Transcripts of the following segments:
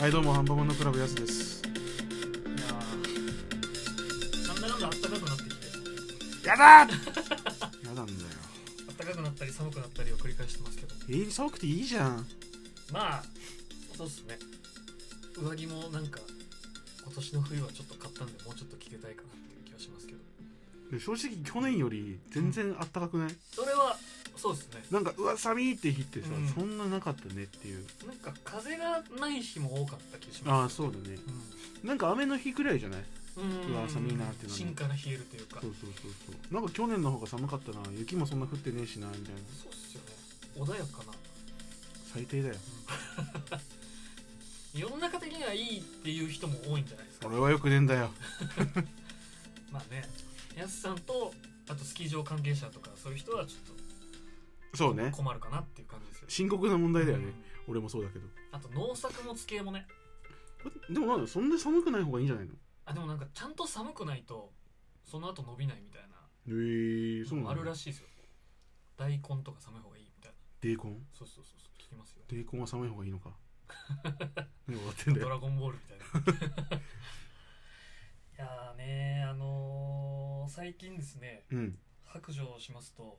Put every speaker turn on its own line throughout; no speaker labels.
はいどうもハンバモノクラブやすです
いやーなんだかんだ暖かくなってきて
やだやだんだよ
暖かくなったり寒くなったりを繰り返してますけど
えー、寒くていいじゃん
まあそうっすね上着もなんか今年の冬はちょっと買ったんでもうちょっと着てたいかなっていう気はしますけど
正直去年より全然あったかくない、
それはそうですね
なんかうわ寒いって日ってさ、
うん
そんななかったねっていう
なんか風がない日も多かった気がします
ああそうだねなんか雨の日くらいじゃない
うん
うわ寒いなってなる
芯から冷えるというか
そうそうそうそうなんか去年の方が寒かったな雪もそんな降ってねえしなみたいな
そうっすよね穏やかな
最低だよ
世の中的にはいいっていう人も多いんじゃないですか
俺はよくねえんだよ
まあねやすさんとあとスキー場関係者とかそういう人はちょっと
そうね
困るかなっていう感じですよ
深刻な問題だよ
う
ね
ん、
俺もそうだけど
あと農作物系もね
でもなんだそんな寒くない方がいいんじゃないの
あでもなんかちゃんと寒くないとその後伸びないみたいな
えー、そうな
の
の
もあるらしいですよ大根とか寒い方がいいみたいな
デーコン
そうそうそうそう聞きますよ
デーコンは寒い方がいい のかね終わってんだ
ド
よ
ラゴンボールみたい ないやーねーあのー最近ですね
うん
白状をしますと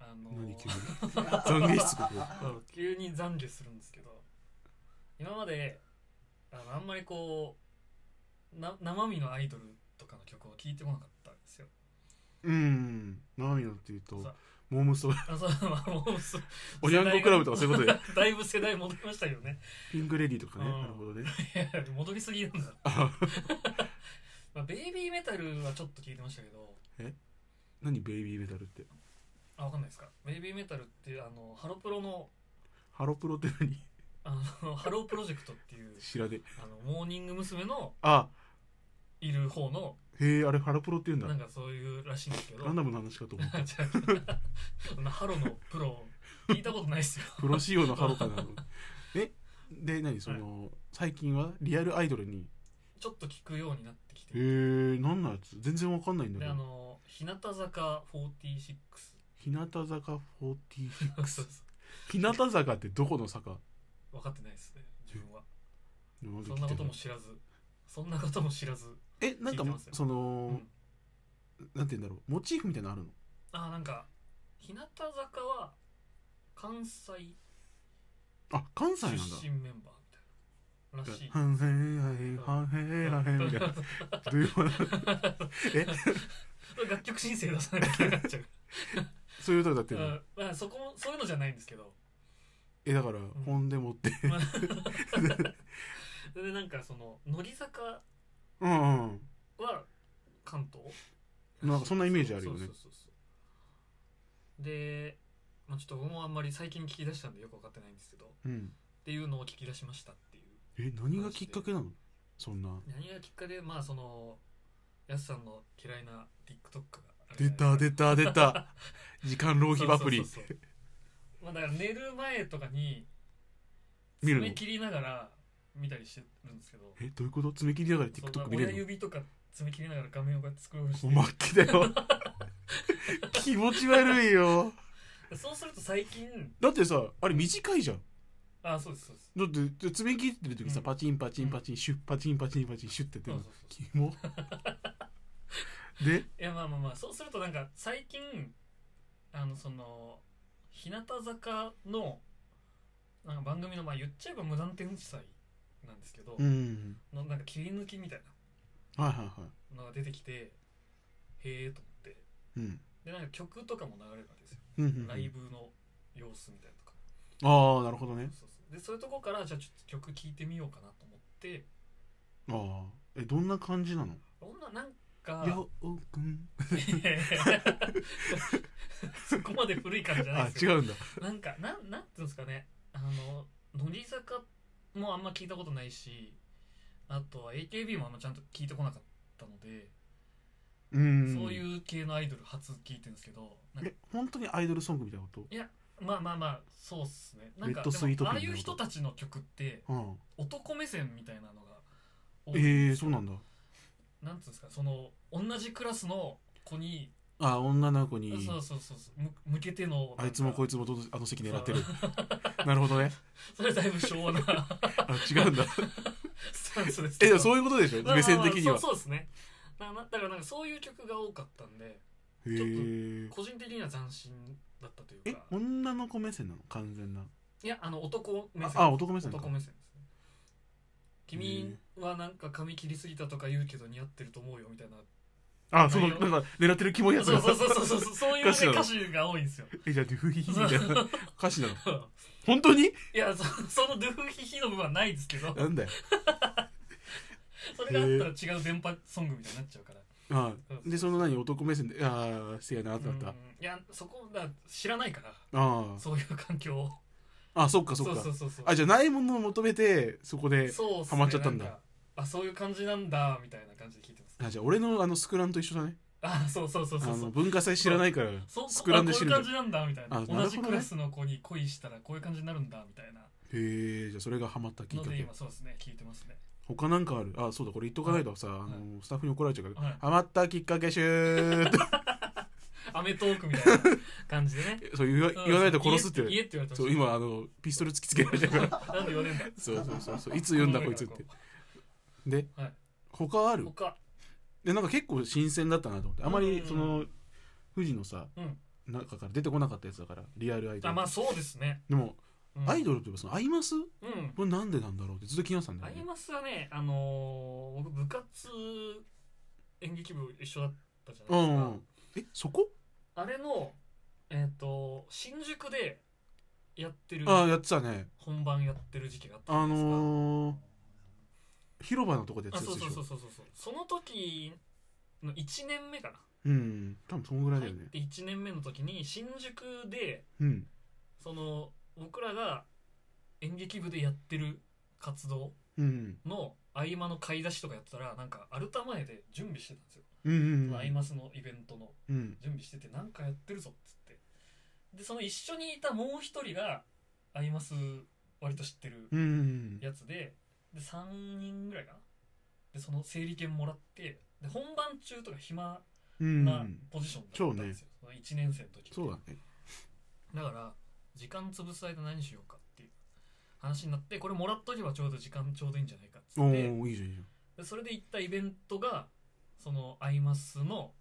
あのー
何急に 懺悔室ここ
そう急に懺悔するんですけど今まであのあんまりこうな生身のアイドルとかの曲を聴いてこなかったんですよ。
うん何やっていうと
そう
モームスト
あそう まあも うそう
おにゃんこクラブとかそういうことで
だいぶ世代戻りましたけど ね。
ピンクレディーとかね
うん
なるほどね
いや戻りすぎ なんだ。
あ
まあ、ベイビーメタルはちょっと聴いてましたけど
何ベイビーメタルって
あわかんないですかベイビーメタルっていうあのハロプロの
ハロプロって何
あの ハロープロジェクトっていう
知らで
あのモーニング娘。の
あ
いる方の
へえあれハロプロって言うん
な
だ
んかそういうらしいんですけど
ガンダムの話かと 思った
違うそんなハロのプロ聞いたことないですよ
プロ仕様のハロか なのえで何その、最近はリアルアイドルに
ちょっと聞くようになってき
へ
て
え何のやつ全然わかんないんだ
で
け
あ
ど
の日向坂46
日向坂
そ
46
うそう
日向坂ってどこの坂
分かってないですね自分は
今まで
そん
来て
な
た
ことも知らずそんなことも知らず、
えなんか
聞いてますよ
そ
うん
の、なんて言うんだろうモチーフみたいなのあるの
あなんか日向坂は関西
あ関西
出
なんだ
身メンバーみたいならしい
はんへいはんへいはんへいはんへいみたいな どういうことえ
楽曲申請出さなきゃいけなくな っちゃう
そういう歌歌って
う
るの
んまあそこもそういうのじゃないんですけど
えだから本で持って
まあそれでなんかその乃木坂
うんうん
は関東
なんかそんなイメージあるよね
そうそうそうそうで、まあ、ちょっと僕もあんまり最近聞き出したんでよく分かってないんですけどっ
うん
ていうのを聞き出しましたっていう
え何がきっかけなのそんな
何がきっかけでまあそのやすさんの嫌いな TikTok があるじ
出
ゃな
た
いで
出た出た時間浪
す
費
か
アプリ
そうそうそうそうまあだから寝る前とかに
見るの
爪切りながら見たりしてるんですけど
えどういうこと爪切りながら TikTok
そう
見れ
親
る
指とか爪切りながら画面をこうやってスクロールして
のもう末期だよ気持ち悪いよ
そうすると最近
だってさあれ短いじゃん
あそうですそうです
だって爪切ってる時さ、
うん
パチンパチンパチンシュッパチンパチンパチンシュッってやって
そう
るの
そうそう
キモで
いやまあまあまあそうするとなんか最近あのその日向坂のなんか番組のまあ言っちゃえば無断転載なんですけど、
うん
のなんか切り抜きみたい
はいはいは
なのが出てきてへえと思って
いうん
でなんか曲とかも流れるわけですよ、
うんうんうん
ライブの様子みたいなとか
ああなるほどね
そうそうでそういうとこからじゃあちょっと曲聴いてみようかなと思って
ああえどんな感じなの
どんななんか
よおくん
いやいやいやそこまで古い感じじゃない
あ
です
違
よ
うんだ
なんかなんなんていうんですかねあの乃木坂もあんま聞いたことないしあとは AKB もあんまちゃんと聞いてこなかったので、
うん
そういう系のアイドル初聞いてるんですけどなんか
え本当にアイドルソングみたいなこと
まあまあまあそうっすねなん
レ
か
ッドスイート
でも
ピ
ああいう
ーみたいなこと
人たちの曲って
うん
男目線みたいなのが多い
ええー、そうなんんだ
なんていうんですかその同じクラスの子に
あ女の子に
そうそうそうそうむ向けての
あいつもこ
い
いつもどのあの席狙ってる なるほどね
つそれだいぶ昭和な
あ違うんだ
スタンスですけ
え
ど
でもそういうことでしょ
まあまあまあ
目線的には
そうそうですねななだからなんかそういう曲が多かったんで
へ
ちょっと
え
個人的には斬新だったという
え
か
女の子目線なの完全ない
やあの男目
あ
線
あ男目線か
男目線ですね君はなんか髪切りすぎたとか言うけど似合ってると思うよみたいな
あそのなんか狙ってるキモいやつ
そう
が
そうそうそうそうそういう、ね、
歌詞なの
歌詞が多いんですよ
えじゃあドゥフヒヒみたいな歌詞なの
い
本当に
やそそのドゥフヒヒの部分はないですけど
なんだよ
それがあったら違う電波ソングみたいになっちゃうから
あ
うん
でその何男目線でああせやなってなった
うんいやそこだ知らないから
あ
そういう環境を
ああそっかそっか
そうそうそう
あじゃあないものを求めてそこで
そうすね
ハマっちゃったんだ
なかあそういう感じなんだみたいな感じで聞いてます
あじゃあ俺のあのスクランと一緒だね
あそうそうそうそう
あ
そ
の
う
文化祭知らないから
そう
スクランで知るん
あ
だ
こういう感じなんだみたいな
あなるほどね
同じクラスの子に恋したらこういう感じになるんだみたいな
へえじゃあそれがハマったきっ
の
か
で
け
今そうですね聞いてますね
他なんかあるあそうだこれ言っとかないとさ、あのスタッフに怒られちゃうから、
はい
ハマったきっかけシューって
アメトークみたいな感じでね
そう言わ 言わないと殺すって
言え言えって言われた
そう今あのピストル突きつけられてるから
なんで言わねえんだ
そうそうそうそういつ言うんだこいつってで、
はい
他ある
他
でなんか結構新鮮だったなと思ってあまり
うん
その富士のさ、
うん
中から出てこなかったやつだからリアルアイド
あ
ル、
まあそうですね、
でも、
うん、
アイドルといえばそのアイマス
うん
これなんでなんだろうってずっと気になってたんだ
ア
よ
イ
ね
マスはねあのー僕部活演劇部一緒だったじゃ
う
ないです
ん
か、
うんえそこ
あれのえっ、と新宿でやってる
ああやってたね
本番やってる時期があったじゃ
あ
ないですか、
のー、広場のとこでやっ
あ
てたや
そ
つ
う
で
そう
し
そ
ょ
うそうそうその時の1年目か
うん多分そんぐら
ない
だ
入っ
よね
て1年目の時に新宿で
うん
その僕らが演劇部でやってる活動
うん
の合間の買い出しとかやってたらなんかアルタ前で準備してたんですよ、
うんうん
そのアイ
うん
マスのイベントの
うん
準備しててなんかやってるぞっつってでその一緒にいたもう一人がアイマス割と知ってる
うんうん
やつでで3人ぐらいかなでその整理券もらってで本番中とか暇
うんう
なんポジションだったんですよ、その1年生の時って
そうだね
だから時間潰す間何しようかっていう話になってこれもらっとけばちょうど時間ちょうどいいんじゃないかっつ
お
って
おいいじゃんいいじ
でそれで行ったイベントがそのアイマスの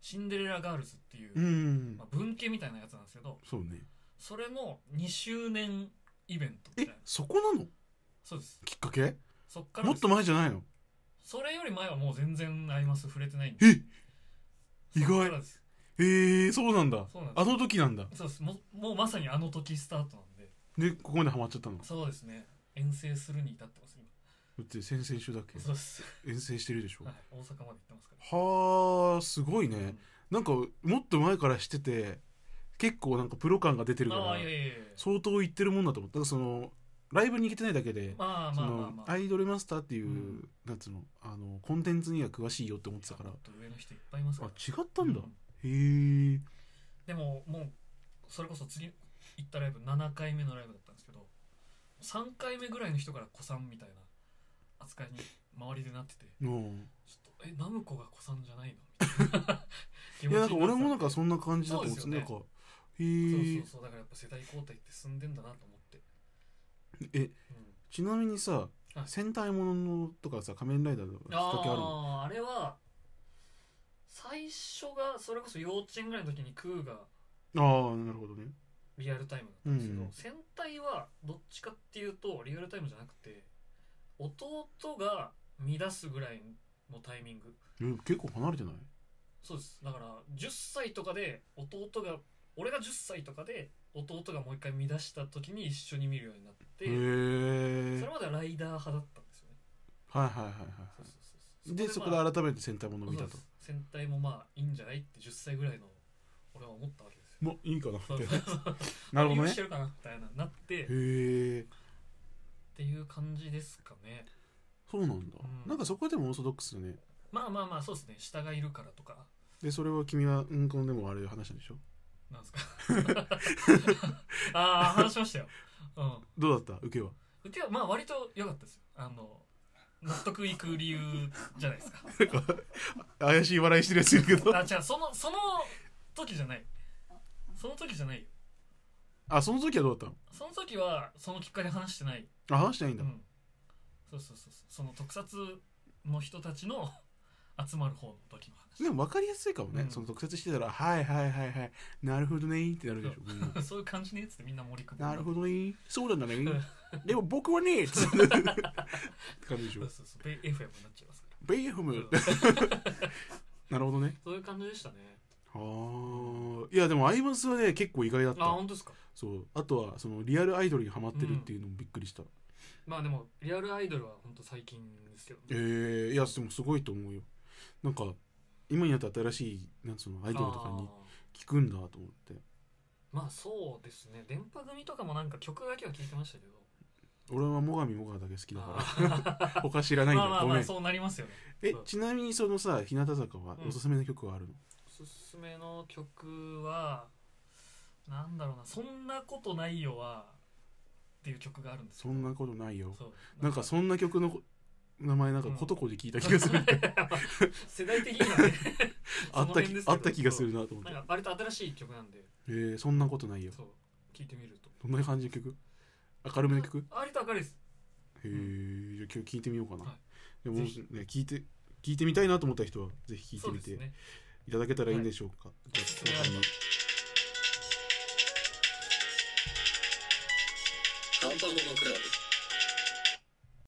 シンデレラガールズっていう、
ゃんうんうん
まあ、文系みたいなやつなんですけど
そうね
それの2周年イベントみ
え
たいな
そこなの
そうです
きっかけ
そっからで
もっ
す
と前じゃないの
それより前はもう全然アイマス触れてないんで
え
そっから
意外
です
へえそうなんだ
そうなんで
あ
す
の時なんだ
そうですもうもうまさにあの時スタートなんで
でここまでハマっちゃったのだ
そうですね遠征するに至ってます
って先々週だっけ
今そうです、
遠征してるでしょ
はい、大阪まで行ってますから
はあすごいね、
うん
なんかもっと前からしてて結構なんかプロ感が出てるか
あ
ら
あいやいやいや
相当行ってるもんだと思っただからそのライブに行けてないだけで、
まあ
そ
まあまあ
の
まあ
アイドルマスターっていう、
うん
なんつうのあのコンテンツには詳しいよって思ってたから
もっと上の人いっぱいいます
あ
から
違ったんだ、
う
へえ
でももうそれこそ次行ったライブ7回目のライブだったんですけど3回目ぐらいの人から子さんみたいな扱いに周りでなってて
うん
ちょっとえナムコが子さんじゃないのみたいな気
い
持ち
や
にな
なんか
ってた
俺もなんかそんな感じだと思って
そ
た
うで
なん
す
か
よ
へ
そう
え
そうそうだからやっぱ世代交代って進んでんだなと思って、
え
うん
ちなみにさ
はい
戦隊もののとかさ仮面ライダーとかきっかけあるの
あああれは最初がそれこそ幼稚園ぐらいの時にクーが
ああなるほどね
リアルタイムだったんですけど、
うん
戦隊はどっちかっていうとリアルタイムじゃなくて弟が乱すぐらいのタイミング
え結構離れてない
そうですだから10歳とかで弟が俺が10歳とかで弟がもう一回乱した時に一緒に見るようになって、
へえ
それまではライダー派だったんですよね
はいはいはい
そ
はい
うそうそう
でそこ
まあ
で改めて戦隊ものを見たと
そうです戦隊もまあいいんじゃないって10歳ぐらいの俺は思ったわけですよ
もういい かな
そう
みた
そ
い う
そう
ななるほど
許
ね
してるかなみたいななってっ
へえ
ていう感じですかね
そうなんだ、
うん
なんかそこでもオーソドックスだね
まあまあまあそうですね下がいるからとか
でそれは君はうんこのでもあれ話したんでしょ
なんですかああ話しましたようん
どうだった受けは
うちはまあ割と良かったですよあの納得いく理由じゃないです か
怪しい笑いしてるやついるけ ど
あ違うそのその時じゃないその時じゃないよ
あその時はどうだっ
その時はそのきっかけ話してない、
たのあ話してないん
う
だ、
ん、そうそうそうそうその特撮の人たちの集まる方の時の話
でも分かりやすいかもね、
うん
その特撮してたら「はいはいはいはいなるほどねー」ってなるでしょ、うん
そういう感じねっつってみんな盛り込む
なるほ
ど
どねそうなんだねでも僕 はねつってって感じでし
そ
ょ
うそうそうベ FM になっちゃいますか
BFM
ら
なるほどね
そういう感じでしたね
あーいやでもアイマスはね結構意外だっ
あ
た
本当ですか
そうあとはそのリアルアイドルにハマってるっていうのもびっくりした、
まあでもリアルアイドルは本当最近ですけどね
えー、いやでもすごいと思うよなんか今になって新しいなんそのアイドルとか
あ
に
ー
聞くんだと思って
まあそうですね電波組とかもなんか曲だけは聞いてましたけど
俺は最上もがだけ好きだか
あ
ら 他知ら
ー
ないん
ま
だ
あまあ
ご
ま
め
あ
ん
そうなりますよね
えちなみにそのさ日向坂は
うん
おすすめの曲はあるの、
おすすめの曲はなんだろうな「そんなことないよは」っていう曲があるんです
そんなことないよ
そう
なんかそんな曲のこ名前なんか
うん
コトコで聞いた気が する、
世代的にはね
あったきあった気がする
な
なと思って
なんか割と新しい曲なんで
えー、そんなことないよ
そう聞いてみると
どんな感じの曲明るめの曲、
割と明るいです
へえじゃあ今日聞いてみようかな、
はい
でも
ぜ
ね
ひ
聞いて聞いてみたいなと思った人はぜひ聞
そうで
いて
す
みて
ね
いただけたらいいんでしょうか、じゃあ
おすすめあれば
ハンパモノクラブ